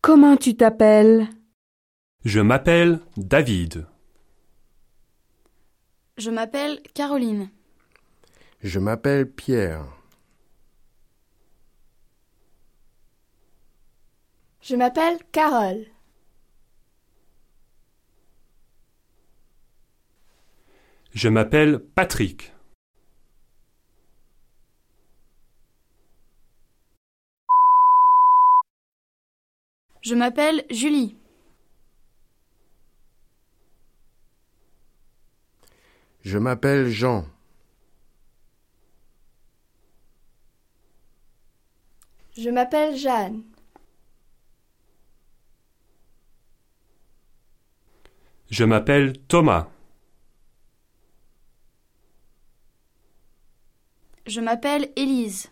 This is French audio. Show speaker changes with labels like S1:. S1: Comment tu t'appelles
S2: Je m'appelle David.
S3: Je m'appelle Caroline.
S4: Je m'appelle Pierre.
S5: Je m'appelle Carole.
S2: Je m'appelle Patrick.
S3: Je m'appelle Julie.
S4: Je m'appelle Jean.
S5: Je m'appelle Jeanne.
S2: Je m'appelle Thomas.
S3: Je m'appelle Élise.